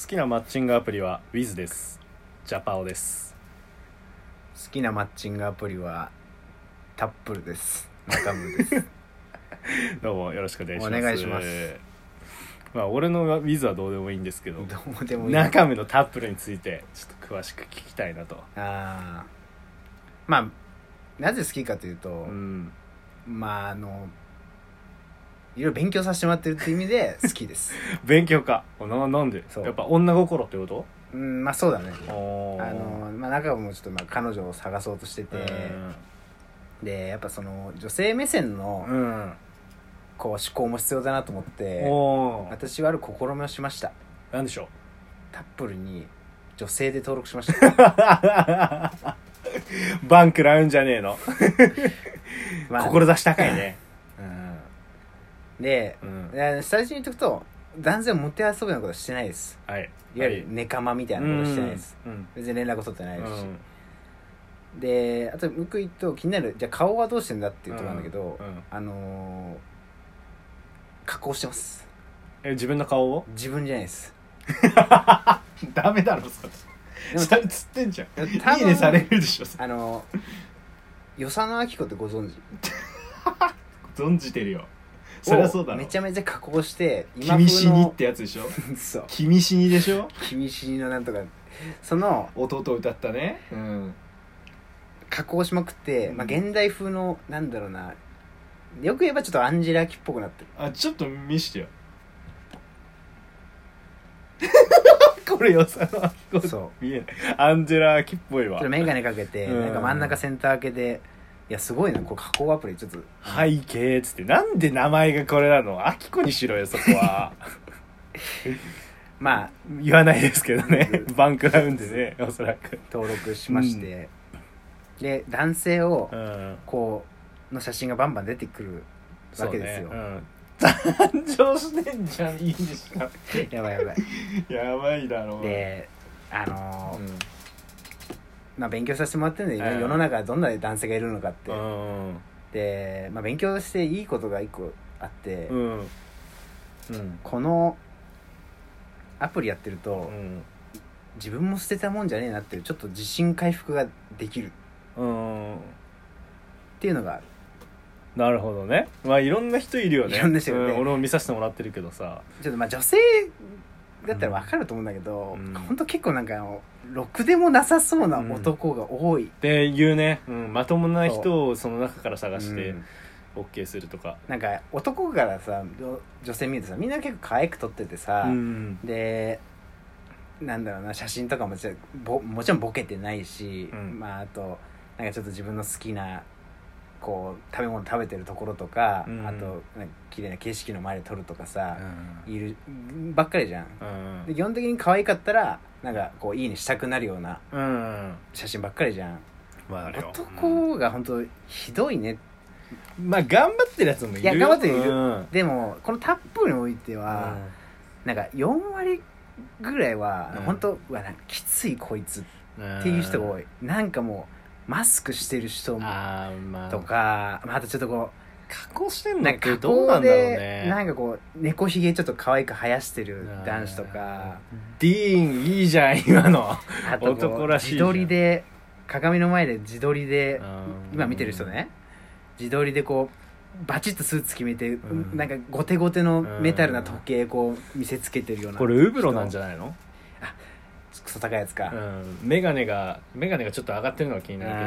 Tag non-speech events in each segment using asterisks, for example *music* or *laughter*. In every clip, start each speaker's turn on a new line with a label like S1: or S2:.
S1: 好きなマッチングアプリは Wiz ですジャパオです
S2: 好きなマッチングアプリはタップ
S1: *laughs*
S2: ルです中村です
S1: どうもよろしくお願いします
S2: お願いします
S1: まあ俺の Wiz はどうでもいいんですけど
S2: どうでもいい
S1: 中身のタップルについてちょっと詳しく聞きたいなと
S2: あーまあなぜ好きかというと、
S1: うん
S2: まああのいろいろ勉強させてもらってるっていう意味で好きです
S1: *laughs* 勉強かななんで
S2: そう
S1: やっぱ女心ってこと
S2: うんまあそうだね
S1: あ
S2: あの、まあ、中村もちょっとまあ彼女を探そうとしてて、でやっぱその女性目線の
S1: うん、
S2: こう思考も必要だなと思って、
S1: おー
S2: 私はある試みをしました
S1: なんでしょう *laughs*
S2: タップルに女性で登録しました
S1: バン食らうんじゃねえの
S2: まあ
S1: 志高いね、
S2: うんで
S1: うん
S2: えー最初に言っとくと断然もてあそぶようなことはしてないです
S1: はい
S2: いわゆるネカマみたいなことはしてないです、
S1: うん
S2: 別に連絡を取ってな
S1: う
S2: い
S1: ん
S2: ですし、であと向く一と気になるじゃあ顔はどうしてんだっていうところなんだけど、
S1: うんうん
S2: あのー、加工してます
S1: え自分の顔を
S2: 自分じゃないです
S1: *laughs* ダメだろそれ
S2: でも
S1: 下につってんじゃん
S2: 多分
S1: いいねされるでしょ
S2: あのー与謝野明子ってご存知
S1: 存じてるよそりゃそうだ
S2: を
S1: ろ
S2: めちゃめちゃ加工して
S1: 君死に
S2: の
S1: ってやつで
S2: *laughs*
S1: しょ
S2: そう
S1: 君死にでしょ
S2: 君死にのなんとかその
S1: 弟を歌ったねうん
S2: 加工しまくって、まあ、
S1: うん
S2: 現代風のなんだろうなよく言えばちょっとアンジェラ・アキっぽくなってる
S1: あちょっと見して
S2: *laughs*
S1: よこれよさの
S2: そう
S1: 見えないアンジェラ・キっぽい
S2: ちょ
S1: わ
S2: っと眼鏡かけて、
S1: うん
S2: なんか真ん中センター開けていやすごいなこれ加工アプリちょっと
S1: 背景っつってなんで名前がこれなのアキコにしろよそこ
S2: *laughs*
S1: は
S2: まあ
S1: 言わないですけど
S2: *laughs*
S1: ねバンクラウンでねおそらく
S2: 登録しまして、で男性を
S1: うん
S2: こうの写真がバンバン出てくるわけですよ、
S1: そうねうん、誕生してんじゃんいいでしょ
S2: やばいやばい
S1: *laughs* やばいだろ
S2: であ
S1: う
S2: のー
S1: ん
S2: まあ、勉強させてもらってるんで、
S1: うん
S2: 世の中どんな男性がいるのかって、
S1: うん
S2: で、まあ、勉強していいことが一個あって、
S1: うんうん
S2: このアプリやってると、
S1: うん
S2: 自分も捨てたもんじゃねえなっていうちょっと自信回復ができる
S1: うん
S2: っていうのがある
S1: なるほどねまあいろんな人いるよね
S2: いろんな人いるね
S1: う俺も見させてもらってるけどさ
S2: ちょっとまあ女性だったら分かると思うんだけど、
S1: うん
S2: 本当結構なんかあのろくでもなさそうな男が多い、
S1: で言うね、うん、まともな人をその中から探し
S2: う
S1: て
S2: ん
S1: OK するとか
S2: なんか男からさ女女性見るとさみんな結構可愛く撮っててさ、
S1: うん
S2: でなんだろうな写真とかもちろんぼもちろんボケてないし、
S1: うん
S2: まああとなんかちょっと自分の好きなこう食べ物食べてるところとか、
S1: うん
S2: あとなんか綺麗な景色の前で撮るとかさ、
S1: う
S2: いるばっかりじゃん、
S1: ん
S2: で基本的に可愛かったらなんかこういいにしたくなるような
S1: うん
S2: 写真ばっかりじゃん
S1: まあうん
S2: 男が本当ひどいね
S1: まあ頑張ってるやつもいるよ
S2: いや頑張ってるいる
S1: うん
S2: でもこのタップにおいては、なんか4割ぐらいは、
S1: うん
S2: 本当うわなんかきついこいつ
S1: うん
S2: っていう人が多い、なんかもうマスクしてる人
S1: あーまあ
S2: とか、まあ、あとちょっとこ
S1: 加工してん
S2: う
S1: の
S2: な
S1: っ
S2: んか
S1: て
S2: 加
S1: どう
S2: 工
S1: なんだろう
S2: で
S1: ね
S2: なんかこう猫ひげちょっと可愛く生やしてる男子とか
S1: うんディーンいいじゃん今の
S2: あとこ
S1: *laughs* 男
S2: う
S1: らしい
S2: 自
S1: じゃん
S2: 撮りで鏡の前で自撮りで
S1: うん
S2: 今見てる人ね自撮りでこうバチッとスーツ決めて、
S1: ん
S2: なんかゴテゴテのメタルな時計こう見せつけてるような
S1: これウブロなんじゃないの
S2: クソ高いやつか、
S1: うんメガネがメガネがちょっと上がってるのが気になるけ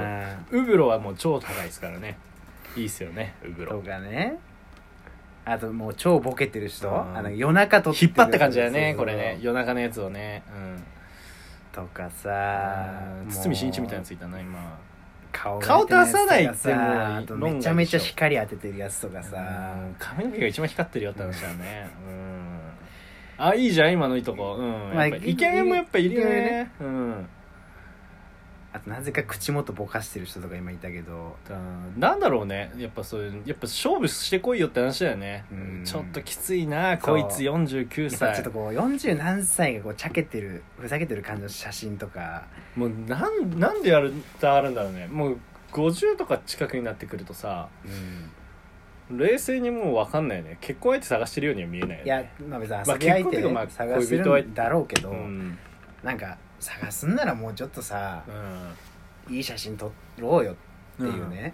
S1: ど
S2: あ
S1: ウブロはもう超高いですからねいいっすよねウブ
S2: ーと
S1: ロ
S2: かねあともう超ボケてる人、
S1: うん
S2: あの夜中撮って
S1: 引っ張った感じだよ
S2: そうそう
S1: ね
S2: そう
S1: これね夜中のやつをねうん
S2: とかさ
S1: うん
S2: もう
S1: 堤真一みたいなやついたな今
S2: 顔
S1: 顔
S2: が
S1: 出さないって
S2: 出てるやつとかさ
S1: もう
S2: あとめちゃめちゃ
S1: 論外でしょ
S2: 光当ててるやつとかさ
S1: うん髪の毛が一番光ってるよって話だねうんあいいじゃん今のいいとこうん
S2: まあ
S1: やっぱイケメンもやっぱいるよ
S2: イケメン
S1: ねうん
S2: あとなぜか口元ぼかしてる人とか今いたけど
S1: だなんだろうねやっぱそういうやっぱ勝負してこいよって話だよね
S2: うん
S1: ちょっときついな
S2: そう
S1: こいつ49
S2: やっぱちょ
S1: 歳
S2: っとこう40何歳がこうちゃけてるふざけてる感じの写真とか
S1: もうなんなんでやるってあるんだろうねもう50とか近くになってくるとさ
S2: うん
S1: 冷静にもう分かんないよね結婚相手探してるようには見えないよね
S2: いや、まあ、別に
S1: まあ
S2: 遊び相
S1: 結婚ってい
S2: 手
S1: うかまあ
S2: 探してるんだろうけ
S1: う
S2: ど、
S1: ん、
S2: なんか探すんならもうちょっとさ
S1: うん、
S2: いい写真撮ろうよっていうね、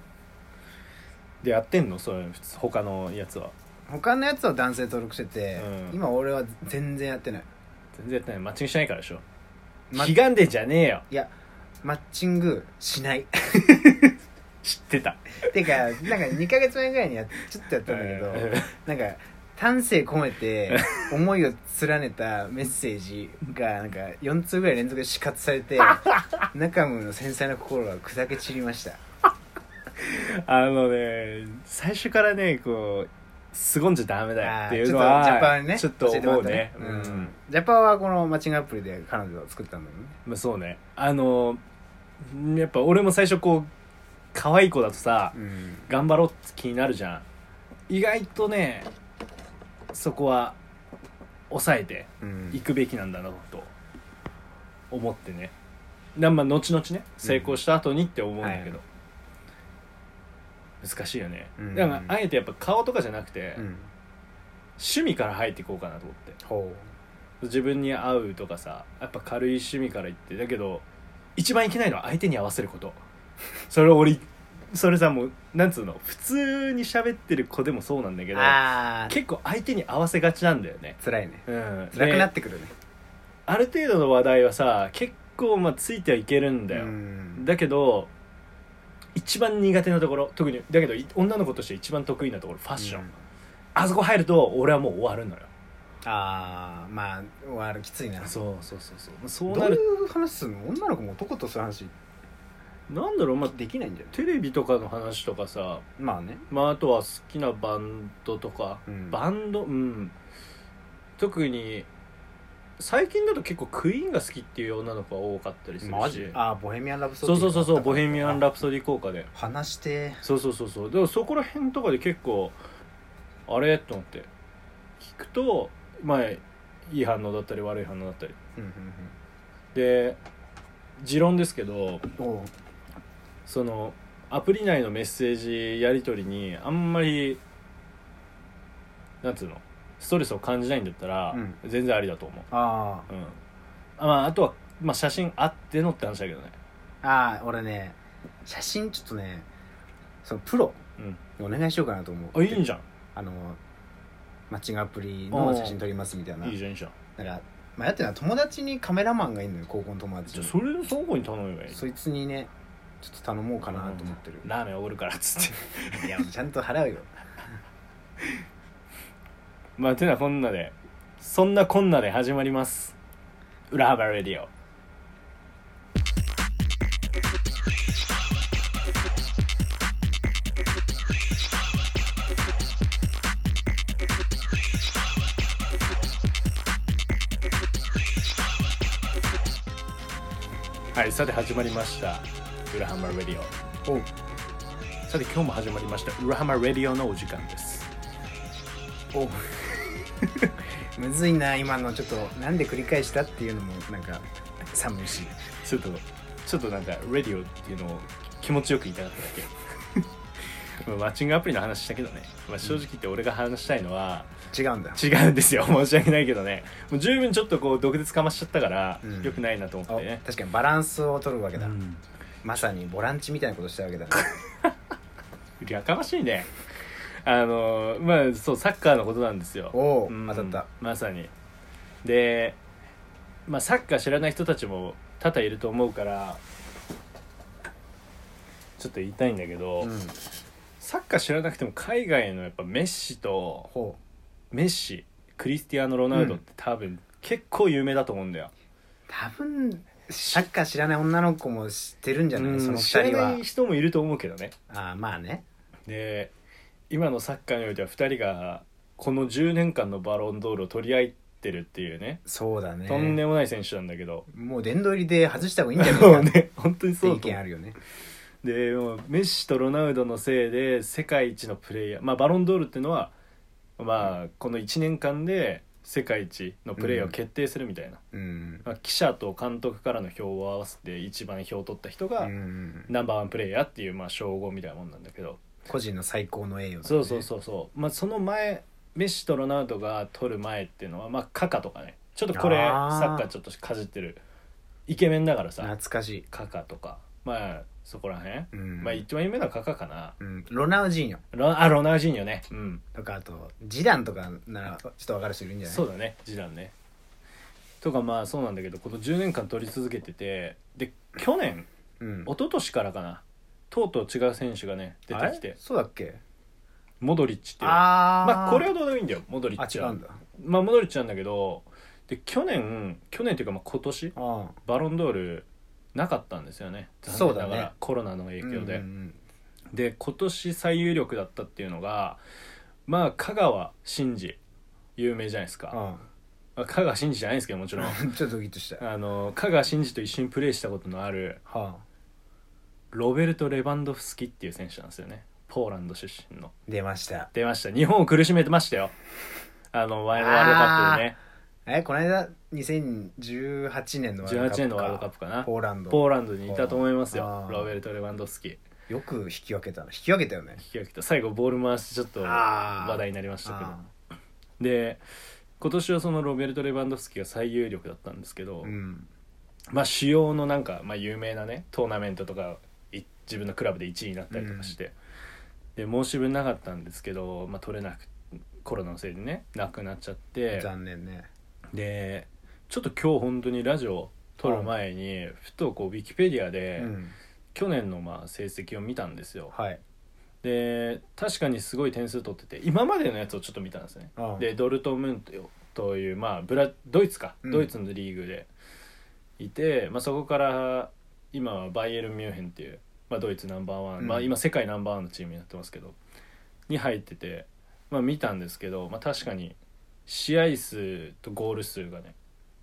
S1: でやってんのそういう普通他のやつは
S2: 他のやつは男性登録してて、
S1: うん
S2: 今俺は全然やってない、
S1: 全然やってないマッチングしないからでしょ
S2: ま
S1: 悲願でんじゃねえよ
S2: いやマッチングしない *laughs*
S1: 知ってた
S2: てかなんか2ヶ月前ぐらいにやっちょっとやったんだけど、なんか丹精込めて思いを連ねたメッセージがなんか4通ぐらい連続で死活さ
S1: *laughs*
S2: れて中村の繊細な心が砕け散りました
S1: あのね最初からねこう凄んじゃダメだよっていうの
S2: あー
S1: は
S2: ちょっとジャパ
S1: ちょっと思うね
S2: ンね教えて
S1: う
S2: もらった
S1: ん、
S2: ジャパンはこのマッチングアプリで彼女を作ったんだよね
S1: まあ、そうねあのんやっぱ俺も最初こう可愛い子だとさ
S2: うん
S1: 頑張ろうって気になるじゃん意外とねそこは抑えて
S2: うん
S1: 行くべきなんだなと思ってねなまあ後々ね成功した後にって思うんだけど、難しいよね、
S2: うん
S1: だからあえてやっぱ顔とかじゃなくて、
S2: うん
S1: 趣味から入っていこうかなと思って
S2: ほ
S1: 自分に合うとかさやっぱ軽い趣味からいってだけど一番いけないのは相手に合わせることそれ俺それさもうなんつうの普通に喋ってる子でもそうなんだけ
S2: う
S1: ど
S2: ああ
S1: 結構相手に合わせがちなんだよね
S2: 辛いね
S1: うん
S2: 辛くな
S1: で
S2: ってくるね
S1: ある程度の話題はさ結構まあついてはいけるんだよ、
S2: うん
S1: だけど一番苦手なところ特にだけどい女の子として一番得意なところファッション、
S2: うん
S1: あそこ入ると俺はもう終わるのよ
S2: ああまあ終わるきついな
S1: そうそうそうそうそう
S2: ど
S1: な
S2: うい
S1: る
S2: う話すんの女の子も男とする話
S1: なんだろうまあ
S2: できないんじゃない
S1: テレビとかの話とかさ
S2: まあね
S1: まああとは好きなバンドとか、
S2: うん
S1: バンドうん特に最近だと結構クイーンが好きっていう女の子が多かったりするし
S2: ああボヘミアン・ラブソデ
S1: そ
S2: ィ
S1: うそうそうそうボヘミアン・
S2: ラ
S1: ラプソディ効果で
S2: 話して
S1: そうそうそうそうでもそこら辺とかで結構あれと思って聞くとまあいい反応だったり悪い反応だったり
S2: うんうん
S1: で持論ですけど
S2: うんおう
S1: そのアプリ内のメッセージやり取りにあんまりなんつうのストレスを感じないんだったら、
S2: うん
S1: 全然ありだと思
S2: あ
S1: う、うんあまあ、あとは、まあ、写真あってのって話だけどね
S2: あああ俺ね写真ちょっとねそのプロ
S1: うん
S2: にお願いしようかなと思う
S1: あいいんじゃ
S2: あのマッチングアプリの写真撮りますみたいなん
S1: いいじゃんいいじゃん
S2: だから迷ってるのは友達にカメラマンがいるのよ高校の友達
S1: じゃ
S2: に
S1: あそれその子に頼めばいい
S2: そいつにねちょっと頼もうかなと思ってる、
S1: ラーメンおごるからっつって
S2: いやちゃんと払うよ
S1: まあてなこんなでそんなこんなで始まります裏幅レディオはいさて始まりました裏浜レディオ
S2: おう
S1: さて今日も始まりました裏浜レディオのお時間です
S2: おう *laughs* むずいな今のちょっとなんで繰り返したっていうのもなんか寒いし
S1: ちょっとちょっとなんか「radio」っていうのを気持ちよく言いたかっただ
S2: *laughs*
S1: けまあマッチングアプリの話したけどね、まあ、正直言って俺が話したいのは
S2: 違うんだ
S1: 違うんですよ *laughs* 申し訳ないけどねもう十分ちょっとこう毒で捕まっちゃったから、
S2: うん
S1: よくないなと思
S2: お
S1: ってね、
S2: 確かにバランスを取るわけだ、
S1: うん
S2: まさにボランチみたいなことしたわけだ
S1: やかましいねあのまあそうサッカーのことなんですよ
S2: おお
S1: うん
S2: 当たった
S1: まさにで、まあ、サッカー知らない人たちも多々いると思うからちょっと言いたいんだけど、
S2: うん
S1: サッカー知らなくても海外のやっぱメッシと
S2: ほう
S1: メッシクリスティアーノ・ロナウドって多分結構有名だと思うんだよ、
S2: 多分サッカー知らない女の子も知ってるんじゃない、
S1: うん
S2: その
S1: 知ら
S2: 2人
S1: な
S2: はい
S1: 人もいると思うけどね
S2: ああまあね
S1: で今のサッカーにおいては2人がこの10年間のバロンドールを取り合ってるっていうね
S2: そうだね
S1: とんでもない選手なんだけど、
S2: もう殿堂入りで外した方がいいんじゃない
S1: もう
S2: かっ
S1: *laughs* ね本当に
S2: て
S1: そうだ
S2: 意
S1: と思
S2: 見
S1: う
S2: あるよね
S1: でもうメッシとロナウドのせいで世界一のプレイヤー、まあ、バロンドールっていうのは、まあ、この1年間で世界一のプレイヤーを決定するみたいな、
S2: うん
S1: まあ、記者と監督からの票を合わせて一番票を取った人
S2: う
S1: が
S2: ん
S1: ナンバーワンプレイヤーっていうまあ称号みたいなもんなんだけど
S2: 個人の最高の栄誉だね
S1: そうそうそうそう、まあ、その前メッシとロナウドが取る前っていうのは、まあ、カカとかねちょっとこれサ
S2: あー
S1: ッカーちょっとかじってるイケメンだからさ
S2: 懐かしい、
S1: カカとかまあそこら辺、ん
S2: うん
S1: まあ一番有名なのはカカかな
S2: うん、ロナウジーニョ
S1: ロあロナウジーニョねうん
S2: とかあとジダンとかならちょっと分かる人いるんじゃない
S1: そうだねジダンねとかまあそうなんだけどこの10年間取り続けててで去年
S2: うん、
S1: 一昨年からかなとうとう違う選手がね出てき
S2: あれ
S1: て
S2: そうだっけ
S1: モドリッチっていう
S2: あ
S1: まあこれは
S2: は
S1: どうでもいいんだよモドリ
S2: あ
S1: ッチ
S2: 違
S1: は
S2: うんだ
S1: まあモドリッチなんだけどで去年去年っていうかまあ今年
S2: あ
S1: バロンドールなかったんですよね残
S2: そう
S1: 念
S2: だ
S1: な
S2: ね
S1: がら、コロナの影
S2: あ
S1: 響で、
S2: うんうん
S1: で今年最有力だったっていうのがまあ香川真司有名じゃないですか、
S2: うん
S1: まあ香川真司じゃないんですけども
S2: *laughs*
S1: ちろん
S2: ちょっとドキッとした。は
S1: あの香川真司と一緒にプレーしたことのある
S2: あ、
S1: ロベルト・レバンドフスキっていう選手なんですよねポーランド出身の
S2: 出ました。
S1: 出ました日本を苦しめてましたよあのワールドカップでね
S2: え、この間、2018年のワールドカップか。
S1: 18年のワールドカップかな
S2: ポーランド。
S1: ポーランドにいたと思いますよ
S2: あー
S1: ロベルト・レバンドフスキ引
S2: よく引き分けたな。引き分けたよね。
S1: き分けた最後ボール回してちょっと
S2: あー
S1: 話題になりましたけど
S2: あ
S1: で今年はそのロベルト・レバンドフスキが最有力だったんですけど、
S2: あうん。
S1: まあ主要のなんか、まあ、有名なねトーナメントとかい自分のクラブで1位になったりとかして、で申し分なかったんですけど、まあ、取れなくコロナのせいでねなくなっちゃって
S2: 残念ね。
S1: でちょっと今日本当にラジオ撮る前に、ふとこうウィキペディアで、
S2: うん。
S1: 去年のまあ成績を見たんですよ
S2: はい。
S1: で確かにすごい点数取ってて今までのやつをちょっと見たんですね
S2: ああ
S1: でドルトムントという、まあ、ブラドイツか、
S2: うん
S1: ドイツのリーグでいて、まあ、そこから今はバイエルン・ミュンヘンっていう、まあ、ドイツナンバーワン、
S2: うん
S1: まあ、今世界ナンバーワンのチームになってますけどに入ってて、まあ、見たんですけど、まあ、確かに試合数とゴール数がね、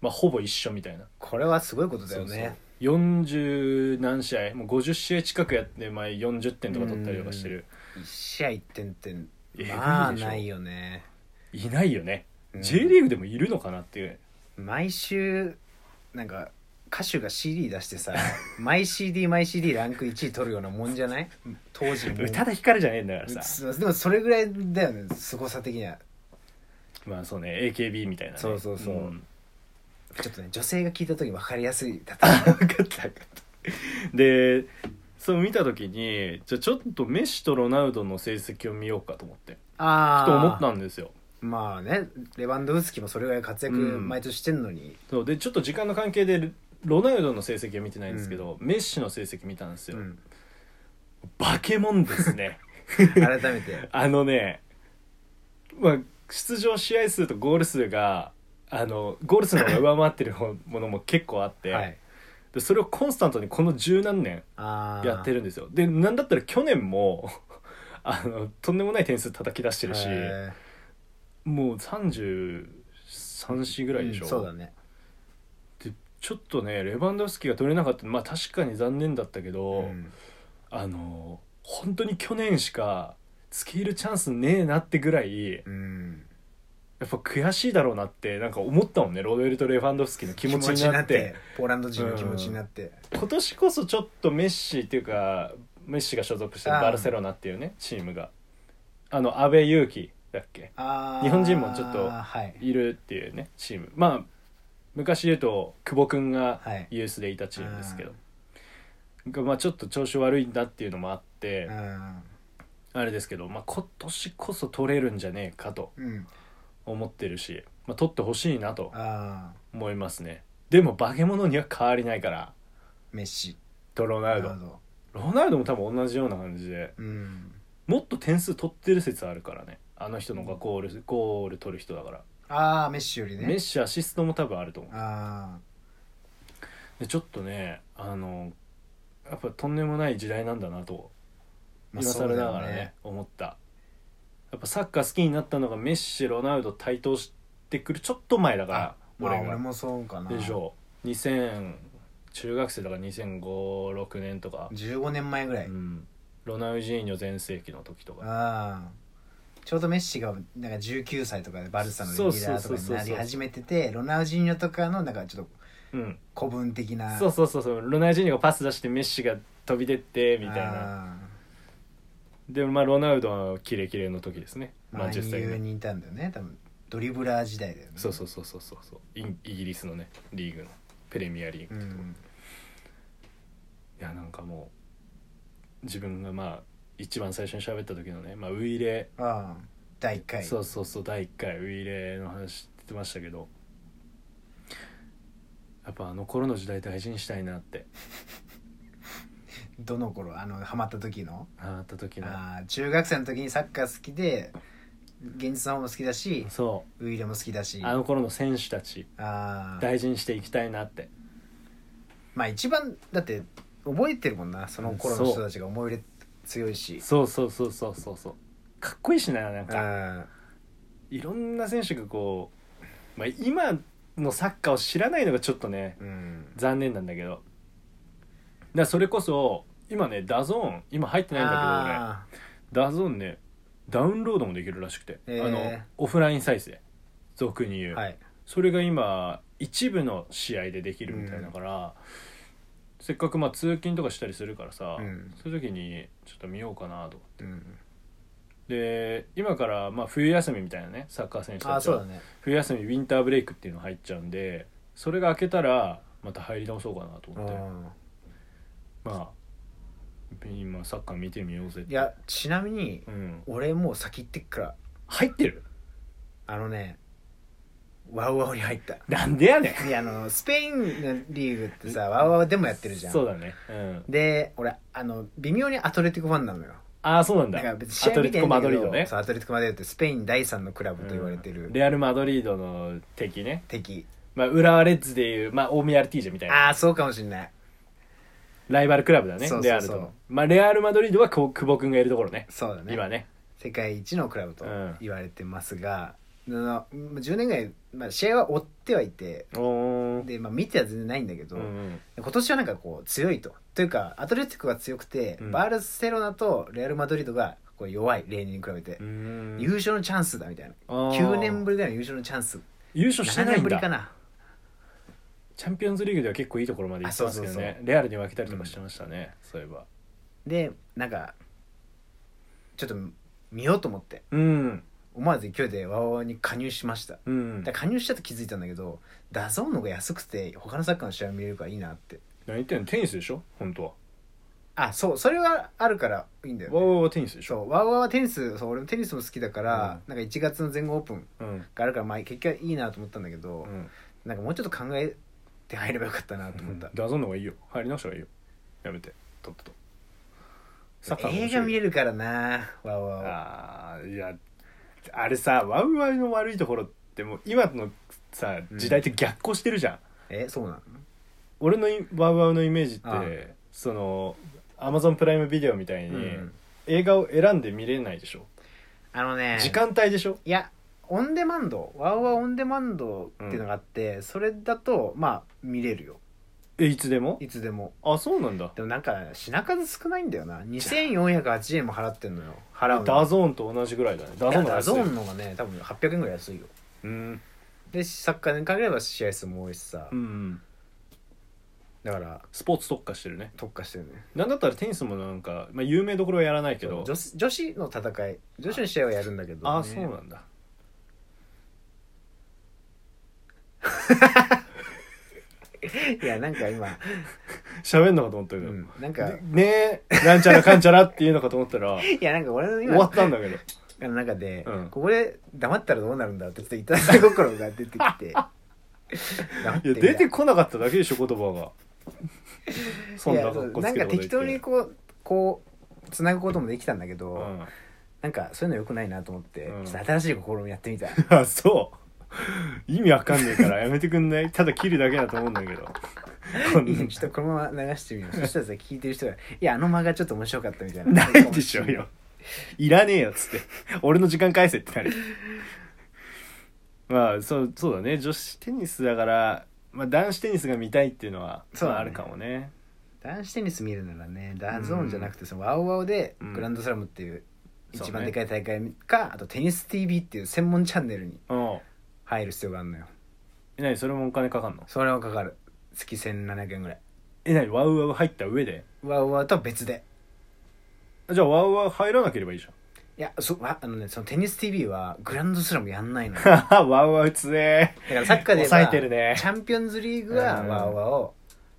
S1: まあ、ほぼ一緒みたいな。
S2: これはすごいことだよね。
S1: そうそう40何試合もう50試合近くやって前40点とか取ったりとかしてる
S2: 一試合1点点。
S1: えぐいでしょ
S2: まあ、ないよね。
S1: いないよね、
S2: うん
S1: J リーグでもいるのかなっていう
S2: 毎週、なんか、歌手が CD 出し
S1: *laughs*
S2: てさ、毎 CD 毎 CD ランク1位取るようなもんじゃない当時もう
S1: 宇多田ヒカルじゃねえんだからさ
S2: そうでもそれぐらいだよねすごさ的には
S1: まあそうね AKB みたいな、ね、
S2: そうそうそうんちょっとね女性が聞いた時分かりやすい
S1: *laughs*
S2: 例え分かった分かっ
S1: でそう見た時にじゃあちょっとメッシとロナウドの成績を見ようかと思って
S2: た
S1: ふ
S2: ああ
S1: と思ったんですよ
S2: まあねレバンドフスキもそれぐらい活躍
S1: うん
S2: 毎年してんのに
S1: そうでちょっと時間の関係でロロナウドの成績は見てないんですけど、メッシの成績見たんです
S2: う
S1: よ、
S2: ん、
S1: バケモンです
S2: *laughs*
S1: ね
S2: 改めて
S1: *laughs* あのねまあ出場試合数とゴール数があのゴール数の方が上回ってる方ものも結構あって、
S2: はい
S1: でそれをコンスタントにこの十何年
S2: ああ
S1: やってるんですよでなんだったら去年も *laughs* あのとんでもない点数叩き出してるし
S2: へ
S1: もう33試ぐ
S2: ー
S1: らいでしょ、
S2: うんそうだね
S1: でちょっとねレバンドフスキが取れなかったまあ確かに残念だったけど、
S2: うん
S1: あの本当に去年しか付け入るチャンスねえなってぐらいや
S2: うん
S1: っぱ悔しいだろうなってなんか思ったもんねロベルト・レバンドフスキの気持ちになって
S2: ポーランド人の気持ちになって、
S1: 今年こそちょっとメッシっていうかメッシが所属してるバルセロナっていうねチームがあの阿部勇樹だっけ
S2: ああ
S1: 日本人もちょっと
S2: はい
S1: いるっていうねチームまあ昔言うと久保君が
S2: はい
S1: ユースでいたチームですけど、がまあ、ちょっと調子悪いんだっていうのもあって、
S2: うん
S1: あれですけど、まあ、今年こそ取れるんじゃねえかと
S2: うん
S1: 思ってるし、まあ、取ってほしいなと
S2: ああ
S1: 思いますねでも化け物には変わりないから
S2: メッシ
S1: とロナウド
S2: ド
S1: ロナウドも多分同じような感じで
S2: うん
S1: もっと点数取ってる説あるからねあの人の方がゴールゴール取る人だから、
S2: ああメッシよりね
S1: メッシアシストも多分あると思う
S2: あ
S1: でちょっとねあのやっぱとんでもない時代なんだなと
S2: あ
S1: 今更ながらね,、思ったやっぱサッカー好きになったのがメッシロナウド対等してくるちょっと前だから
S2: 俺
S1: 俺
S2: 俺
S1: が、
S2: もそうかな
S1: でしょう2000中学生だから2056年とか、
S2: 15年前ぐらい、
S1: うん、ロナウジーニョ全盛期の時とか
S2: ああちょうどメッシがなんか19歳とかでバルサのレギュラーとかになり始めててロナウジーニョとかのなんかちょっ
S1: うん
S2: と古文的な
S1: そうそうそうそうロナウジーニョがパス出してメッシが飛び出てみたいな
S2: あ
S1: でまあロナウドはキレキレの時ですねマンチェスターユナイテッド
S2: にいたんだよね多分ドリブラー時代だよね
S1: そうそうそうそうそうそうインイギリスのねリーグのプレミアリーグ
S2: う
S1: ってとこ
S2: ん
S1: いやなんかもう自分がまあ一番最初に喋った時のね、まあ、ウイレ、
S2: ああ第一回
S1: そうそうそう第1回ウイレの話してましたけどやっぱあの頃の時代大事にしたいなって
S2: どの頃あのハマった時の
S1: あった時の
S2: ああ中学生の時にサッカー好きで現実の方も好きだし
S1: そ
S2: ウイレも好きだし
S1: うあの頃の選手たち
S2: ああ
S1: 大事にしていきたいなって
S2: まあ一番だって覚えてるもんなその頃の
S1: そう
S2: 人たちが思い入れ強いし
S1: そうそうそうそうそうそうかっこいいしななん
S2: う
S1: か
S2: ん
S1: いろんな選手がこう、まあ、今のサッカーを知らないのがちょっとね
S2: うん
S1: 残念なんだけどだからそれこそ今ねダゾーン今入ってないんだ
S2: あー
S1: けど俺ダゾーンねダウンロードもできるらしくて、
S2: へー
S1: あのオフライン再生俗に言う、
S2: はい
S1: それが今一部の試合でできるみたいだから、せっかくまあ通勤とかしたりするからさ、
S2: うん
S1: そういう時にちょっと見ようかなと思って
S2: うん
S1: で今からまあ冬休みみたいなねサッカー選手
S2: あ
S1: た
S2: あ
S1: ち
S2: そう
S1: は
S2: だね
S1: 冬休みウィンターブレイクっていうの入っちゃうんでそれが明けたらまた入り直そうかなと
S2: う
S1: 思って
S2: ん
S1: まあ今サッカー見てみようぜって
S2: いやちなみに
S1: うん、
S2: 俺もう先行ってっから
S1: 入ってる
S2: あのねワウワウに入った
S1: なんでやね
S2: いやあのスペインのリーグってさワウワウでもやってるじゃ
S1: ん
S2: ん
S1: そうだねうん
S2: で俺あの微妙にアトレティコファンなのよ
S1: ああそうなんだ
S2: だから別に試
S1: ア
S2: 合
S1: トレ
S2: 見
S1: テ
S2: て
S1: ィ
S2: な
S1: コ・
S2: いん
S1: マ
S2: だけ
S1: ドリ
S2: ど
S1: ードね
S2: そうアトレティコマドリードってスペイン第三のクラブと言われて
S1: う
S2: る
S1: んレアル・マドリードの敵ね、
S2: 敵
S1: まあ、浦和レッズでいう、まあ、大宮アルティージェみたいな
S2: ああそうかもしんない
S1: ライバルクラブだね
S2: そうそうそう
S1: レアルとの、まあ、レアル・マドリードはこう久保君がいるところね
S2: そうだね
S1: 今ね
S2: 世界一のクラブと
S1: うん
S2: 言われてますが、あの10年ぐらい、まあ、試合は追ってはいて
S1: おお
S2: で、まあ、見ては全然ないんだけど、
S1: うん
S2: 今年はなんかこう強いとというかアトレティコが強くて、
S1: うん
S2: バルセロナとレアル・マドリードがこう弱い例年に比べて
S1: う、ん
S2: 優勝のチャンスだみたいな
S1: 9
S2: 9年ぶりぐらいの優勝のチャンス
S1: 優勝して
S2: 7
S1: ない
S2: 年
S1: ん
S2: ぶりか
S1: だ
S2: な
S1: チャンピオンズリーグでは結構いいところまで行ってますけど
S2: あそう
S1: ねレアルに負けたりとかしてましたね、そういえば
S2: でなんかちょっと見ようと思って
S1: うん
S2: 思わず勢いでワオワオに加入しました
S1: うん
S2: だから加入したと気づいたんだけどダゾーンの方が安くて他のサッカーの試合見れるからいいなって
S1: 何言ってんのテニスでしょ本当は
S2: あそうそれはあるからいいんだよ、
S1: わ
S2: ね、
S1: わわテニスでし
S2: そ
S1: ょ
S2: うワーワーはテニスそう俺もテニスも好きだから、なんか1月の全豪オープン
S1: うん
S2: があるから、まあ、結局はいいなと思ったんだけど、
S1: うん
S2: なんかもうちょっと考えて入ればよかったなと思った、
S1: ダゾーンの方がいいよ入り直した方がいいよやめてとっとと
S2: 映画見れ
S1: る
S2: るからなワーワー
S1: あ
S2: は
S1: あいやあれさワウワウの悪いところってもう今のさ
S2: うん
S1: 時代って逆行してるじゃん、
S2: えそうなの
S1: 俺のイワウワウのイメージって
S2: ああ
S1: そのアマゾンプライムビデオみたいに、
S2: うん
S1: 映画を選んで見れないでしょ
S2: あのね
S1: 時間帯でしょ
S2: いやオンデマンドワーワーオンデマンドっていうのがあって、それだとまあ見れるよ
S1: えいつでも
S2: いつでも
S1: あそうなんだ
S2: でもなんか品数少ないんだよな2480円も払ってんのよ払うの
S1: ダゾーンと同じぐらいだねダゾー
S2: いや
S1: ンの
S2: ダ
S1: 安い
S2: ゾーンの方がね多分800円ぐらい安いよ
S1: うん
S2: でサッカーに限れば試合数も多いしさ、
S1: うん
S2: だから
S1: スポーツ特化してるね
S2: 特化してるね
S1: なんだったらテニスもなんか、まあ、有名どころはやらないけど
S2: 女子女子の戦い女子の試合はやるんだけど、ね、
S1: ああそうなんだ
S2: いやなんか今、
S1: 喋んのかと思った
S2: う
S1: けど、
S2: ん、なんか
S1: でねえなんちゃらかんちゃらっていうのかと思ったら
S2: いやなんか俺の
S1: 終わ
S2: *laughs* 今
S1: ったんだけど
S2: の中で、
S1: うん
S2: ここで黙ったらどうなるんだろうってちょっといたずら心が
S1: *laughs*
S2: 出てきて黙っ
S1: い
S2: て
S1: や
S2: んだ
S1: 出てこなかっただけでしょ言葉
S2: *laughs*
S1: がそん
S2: い
S1: な
S2: や
S1: か
S2: そ
S1: っ
S2: う
S1: こ
S2: な
S1: つ
S2: ん
S1: け
S2: か
S1: たこと言って
S2: 適当にこうこうつなぐこともできたんだけど、
S1: うん、
S2: なんかそういうのよくないなと思って、
S1: うん
S2: ちょっと新しい試みやってみ
S1: *laughs*
S2: た
S1: あそう意味わかんねえからやめてくんないただ切るだけだと思うんだけどこん
S2: いいちょっとこのまま流し
S1: *laughs*
S2: てみようそしたらさ聞いてる人が「いやあの間がちょっと面白かった」みたいな
S1: ないでしょうよいらねえよっつって俺の時間返せってなるまあそうそうだね女子テニスだから、まあ、男子テニスが見たいっていうのは
S2: そうだね
S1: まああるかもね
S2: 男子テニス見るならねダゾーンじゃなくてそのワオワオでグランドスラムっていう一番でかい大会か、あとテニス TV っていう専門チャンネルに
S1: うん
S2: 入る必要があるのよ
S1: えなにそれもお金かかんの
S2: それはかかる月1700円ぐらい
S1: えなにワウワウ入った上で
S2: ワオワオとは別で
S1: じゃあワウワウ入らなければいいじ
S2: いやそわあのねそのテニス TV はグランドスラムやんないの
S1: *laughs*
S2: だか
S1: ゃん *laughs* ワウワウ強え
S2: らサッカーで言えば
S1: 抑えてるね
S2: チャンピオンズリーグは
S1: うん
S2: ワオワオ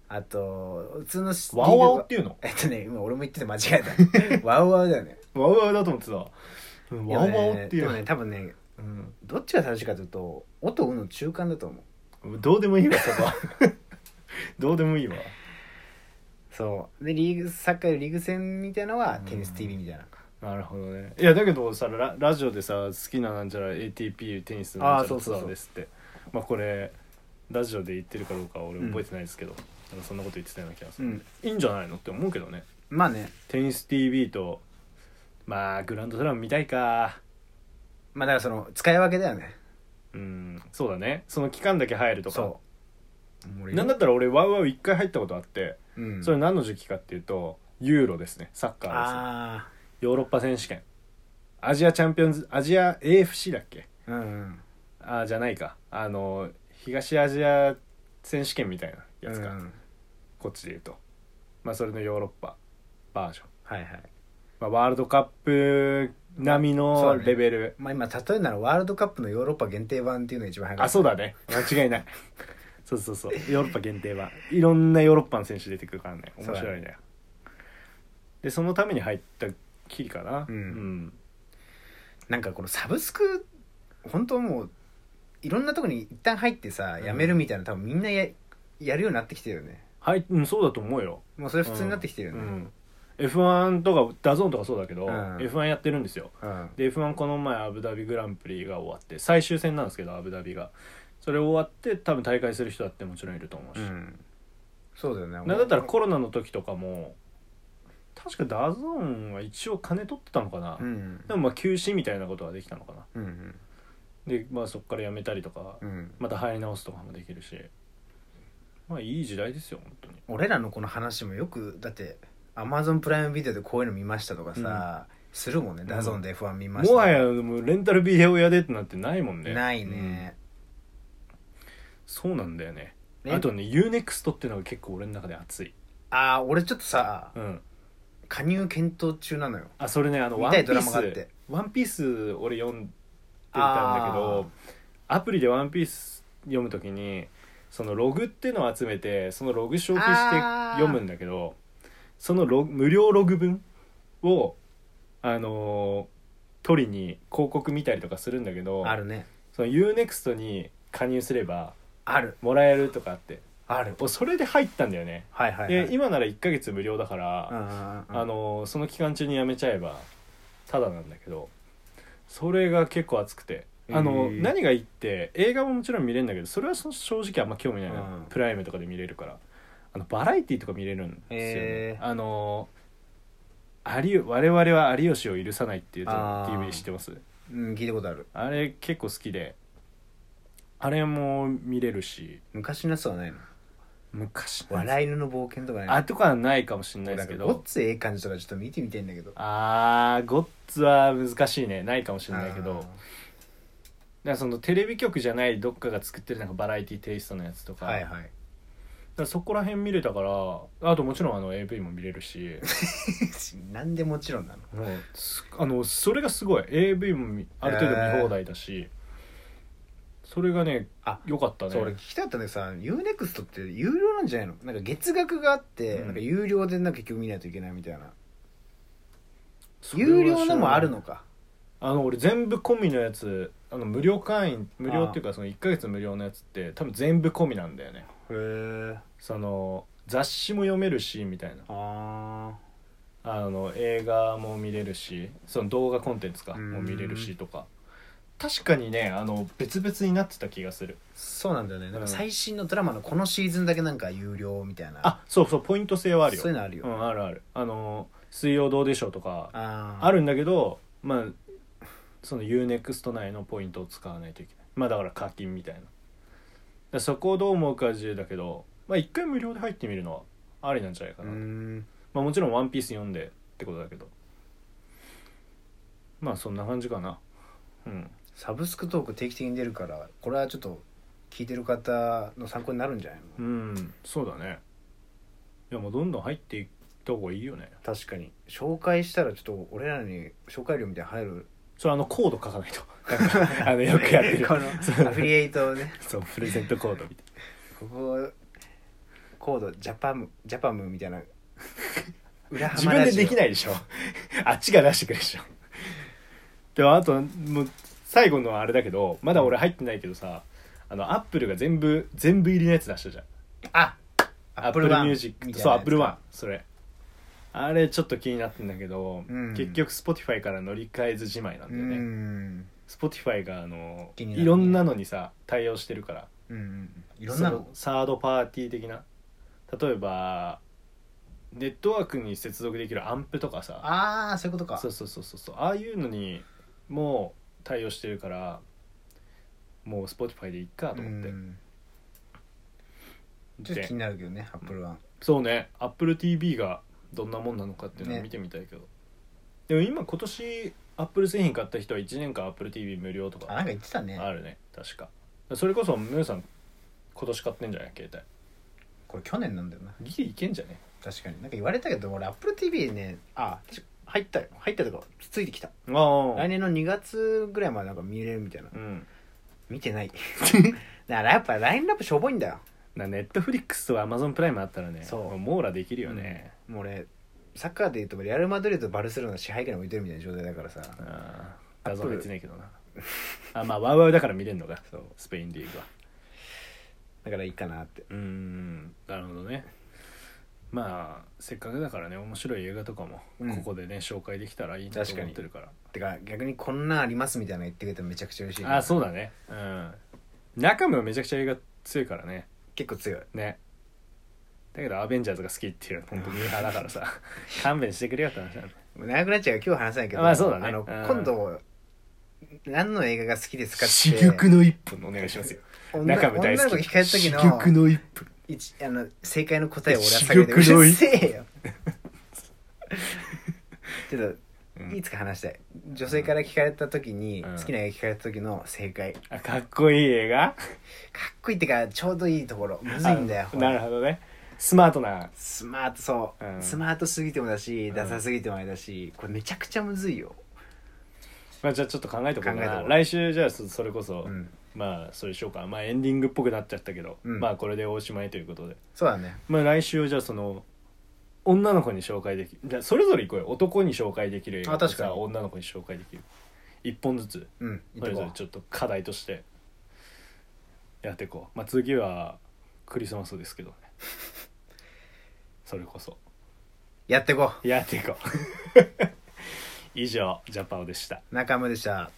S2: あと普通のス
S1: ワウワウっ
S2: リーグは
S1: ていうの
S2: えっとね今俺も言ってて間違え
S1: *laughs*
S2: たワオワオだよね
S1: ワウワウだと思ってたうんワウワウってい
S2: で
S1: う
S2: もね多分ね
S1: うん
S2: どっちが正しいかというとオとウの中間だと思う
S1: どうでもいいわそこは *laughs* どうでもいいわ
S2: そうでリーグサッカーのリーグ戦みたいなのはテニス TV みたいな、
S1: なるほどねいやだけどさララジオでさ好きななんちゃら ATP テニスのなん
S2: あー
S1: ちゃ
S2: そ
S1: ら
S2: う
S1: ツ
S2: そう
S1: ア
S2: そう
S1: ーですってまあこれラジオで言ってるかどうかは俺覚えてないですけど、なんかそんなこと言ってたような気がする、
S2: うん
S1: いいんじゃないのって思うけどね
S2: まあね
S1: テニス TV とまあグランドスラム見たいか
S2: まあだからその使い分けだよね
S1: うんそうだねその期間だけ入るとか
S2: そう
S1: なんだったら俺ワウワウ1回入ったことあって、
S2: うん
S1: それ何の時期かっていうとユーロですねサッカーです
S2: あ
S1: ヨーロッパ選手権アジアチャンピオンズアジア AFC だっけ
S2: あうんうん
S1: あーじゃないかあの東アジア選手権みたいなやつか、
S2: うん
S1: こっちで言うとまあそれのヨーロッパバージョン、
S2: はいはい
S1: まあ、ワールドカップ並み
S2: そ
S1: の
S2: うだね
S1: レベル、
S2: まあ今例えるならワールドカップのヨーロッパ限定版っていうのが一番早かった
S1: あそうだね間違い
S2: *laughs*
S1: ないそうそうそうヨーロッパ限定はいろんなヨーロッパの選手出てくるからね面
S2: そう
S1: 白
S2: だ
S1: いねでそのために入ったきりかな
S2: うんなんかこのサブスク本当もういろんなとこに一旦入ってさ
S1: うん
S2: やめるみたいな多分みんなややるようになってきてるよね
S1: はい、うん、そうだと思うよ
S2: もうそれ普通になってきてるよ
S1: う
S2: ね
S1: ん、F1 とかダゾーンとかそうだけど、
S2: うん
S1: F1 やってるんですよ
S2: うん
S1: で F1 この前アブダビグランプリが終わって最終戦なんですけどアブダビがそれ終わって多分大会する人だってもちろんいると思うし、
S2: うんそうだよね
S1: なんだったらコロナの時とかも確かダゾーンは一応金取ってたのかな、
S2: うん
S1: でもまあ休止みたいなことはできたのかな
S2: うんうん
S1: でまあそこから辞めたりとか、
S2: うん
S1: また入り直すとかもできるしまあいい時代ですよ本当に
S2: 俺らのこの話もよくだってアマゾンプライムビデオでこういうの見ましたとかさ、するもんね
S1: ん
S2: ダゾンで F1 見ました
S1: もはやでもレンタルビデオ屋でってなんてないもんね
S2: ない
S1: うん
S2: ね,、
S1: そうなんだよね
S2: ね
S1: あとね UNEXT っていうのが結構俺の中で熱い
S2: ああ俺ちょっとさ
S1: うん
S2: 加入検討中なのよ
S1: あそれねあの
S2: 見
S1: ワン
S2: た
S1: ピ
S2: いドラ
S1: ー
S2: マがあっ
S1: ス
S2: て
S1: ワンピース俺読んでたんだけどアプリでワンピース読むときにそのログっていうのを集めてそのログ消費して
S2: あー
S1: 読むんだけどそのログ無料ログ分をあのー取りに広告見たりとかするんだけど
S2: あるね
S1: その UNEXT に加入すれば
S2: ある
S1: もらえるとかあって
S2: ある
S1: おそれで入ったんだよね、
S2: はいはい、はい、
S1: で今なら1ヶ月無料だから、
S2: うんうんうんうん
S1: あのその期間中にやめちゃえばただなんだけどそれが結構熱くてあの、
S2: へえ
S1: 何がいいって映画ももちろん見れるんだけどそれはそ正直あんま興味ないな、
S2: うん
S1: プライムとかで見れるからあのバラエティとか見れるんですよ、ね
S2: へえ
S1: あの有吉我々は有吉を許さないっていう
S2: あー
S1: TV 知ってます
S2: うん聞いたことある
S1: あれ結構好きであれも見れるし
S2: 昔のやつはないの
S1: 昔のやつ
S2: 笑い犬の冒険とかないの
S1: あとかはないかもしれないですけど
S2: ごっつええ感じとかちょっと見てみたいんだけど
S1: あーゴッツは難しいねないかもしれないけどだ
S2: あー
S1: からそのテレビ局じゃないどっかが作ってるなんかバラエティテイストのやつとか,、
S2: はい
S1: だか
S2: はい
S1: らそこら辺見れたからあともちろんあの AV も見れるし
S2: なんでもちろんなの
S1: もうすあのそれがすごい AV もみある程度見放題だし、それがね
S2: あ
S1: 良かったね
S2: そう俺聞きたかったんだけどさ UNEXT って有料なんじゃないのなんか月額があって、
S1: うん
S2: なんか有料でなんか結局見ないといけないみたいな
S1: それは
S2: 有料のもあるのか
S1: あの俺全部込みのやつあの無料会員無料っていうかその1ヶ月無料のやつって多分全部込みなんだよね
S2: へえ
S1: その雑誌も読めるしみたいな
S2: あ
S1: あの映画も見れるしその動画コンテンツか
S2: うん
S1: も見れるしとか確かにねあの別々になってた気がする
S2: そうなんだよねなん
S1: うん
S2: か最新のドラマのこのシーズンだけなんか有料みたいな
S1: あそうそうポイント制はあるよ
S2: そういうのあるよ、
S1: うん、あるあるあの「水曜どうでしょう」とか
S2: あー
S1: あるんだけどまあその UNEXT 内のポイントを使わないといけないまあだから課金みたいなだからそこをどう思うかは自由だけどまあ一回無料で入ってみるのはありなんじゃないうか
S2: ー
S1: なと
S2: ん
S1: まあもちろん「ワンピース読んでってことだけどまあそんな感じかなうん
S2: サブスクトーク定期的に出るからこれはちょっと聞いてる方の参考になるんじゃないの
S1: うんそうだねいやもうどんどん入っていた方がいいよね
S2: 確かに紹介したらちょっと俺らに紹介料みたいに入る
S1: それあのコード書かないと *laughs* なんかあのよくやってる
S2: このアフィリエイトをね
S1: そうプレゼントコードみたい
S2: ここコードジャパムジャパムみたいな裏
S1: な自分ででき
S2: い
S1: ないでしょあっちが出してくれるでしょでもあともう最後のあれだけどまだ俺入ってないけどさあのアップルが全部全部入りのやつ出したじゃん
S2: あ
S1: アップルミュージックそうアップルワン
S2: ン
S1: それあれちょっと気になってんだけど、
S2: うん
S1: 結局 Spotify から乗り換えずじまいなん
S2: う
S1: だよね、
S2: ん
S1: Spotify があの
S2: 気になるね
S1: いろんなのにさ対応してるから
S2: うんいろんな
S1: そ
S2: の
S1: サードパーティー的な例えばネットワークに接続できるアンプとかさ
S2: ああそういうことか
S1: そうそうそうそうそうああいうのにもう対応してるからもう Spotify でいっかと思って、
S2: うんちょっと気になるけどねアップルワン
S1: そうね AppleTV がどんなもんなのかっていうのを
S2: ね
S1: 見てみたいけど、でも今今年 Apple 製品買った人は1年間 AppleTV 無料と
S2: あ
S1: か
S2: なんか言ってたね
S1: あるね確かそれこそムーさん今年買ってんじゃない携
S2: これ去年なんだよな
S1: 帯ギリいけんじゃね
S2: 確かになんか言われたけど俺 AppleTV ねあ確か入ったよ入ったとかついてきた
S1: ああ
S2: 来年の2月ぐらいまでなんか見れるみたいな
S1: うん
S2: 見てない *laughs* だからやっぱラインナップしょぼいんだよ
S1: なネットフリックスとアマゾンプライムあったらね
S2: そう
S1: も網羅できるよね、
S2: もう俺サッカーでいうとレアル・マドリードとバルセロナの支配下に置いてるみたいな状態だからさ
S1: ああ画像入ってないけどなあまあワウワウだから見れるのか
S2: そう
S1: スペインリーグは
S2: だからいいかなって
S1: うーんなるほどねまあせっかくだからね面白い映画とかも
S2: うん
S1: ここでね、紹介できたらいいなと
S2: 確か
S1: 思っ
S2: に
S1: てるから
S2: てか逆にこんなんありますみたいなの言ってくれたらめちゃくちゃ嬉しいな
S1: あそうだねうん中身はめちゃくちゃ映画強いからね
S2: 結構強い
S1: ねだけど「アベンジャーズ」が好きっていう本当にミーハーだから
S2: *laughs*
S1: さ勘弁してくれよって話なんだ
S2: もう長くなっちゃうから今日話さないけど
S1: まあそうだね
S2: の
S1: うん
S2: 今度何の映画が好きですかって
S1: 私欲の一本お願いしますよ
S2: 女
S1: 中身大
S2: 女の
S1: 好き
S2: 子に聞かれた時
S1: 珠玉
S2: の
S1: の一本
S2: 一あの正解の答えを俺は下げて
S1: 私欲の
S2: う
S1: 一
S2: るせえよ *laughs* ちょっと
S1: うん
S2: いつか話したい女性から聞かれた時に、
S1: うん
S2: 好きな映画聞かれた時の正解かっ
S1: あかっこいい映画
S2: こいいってかちょうどいいところむずいんだよ
S1: あなるほどねスマートな
S2: スマートそう、
S1: うん
S2: スマートすぎてもだし、
S1: ん
S2: ダサすぎてもあれだしこれめちゃくちゃむずいよ、
S1: まあじゃあちょっと考えとこうか
S2: 考えと
S1: な
S2: こう
S1: 来週じゃあそそれこそ、
S2: うん、
S1: まあそれしようかまあエンディングっぽくなっちゃったけど、
S2: うん
S1: まあこれでおしまいということで
S2: そうだね
S1: まあ来週はじゃあその女の子に紹介できじゃあそれぞれ行こうよ男に紹介できる映画
S2: あ確かに
S1: さ女の子に紹介できる一本ずつ
S2: うんいい
S1: そ
S2: と
S1: れぞ
S2: こ
S1: れちょっと課題としてやっていこうまあ次はクリスマスです
S2: *laughs*
S1: けどねそれこそ
S2: やってこ
S1: やっていこう *laughs* 以上ジャパオでした
S2: う中村でした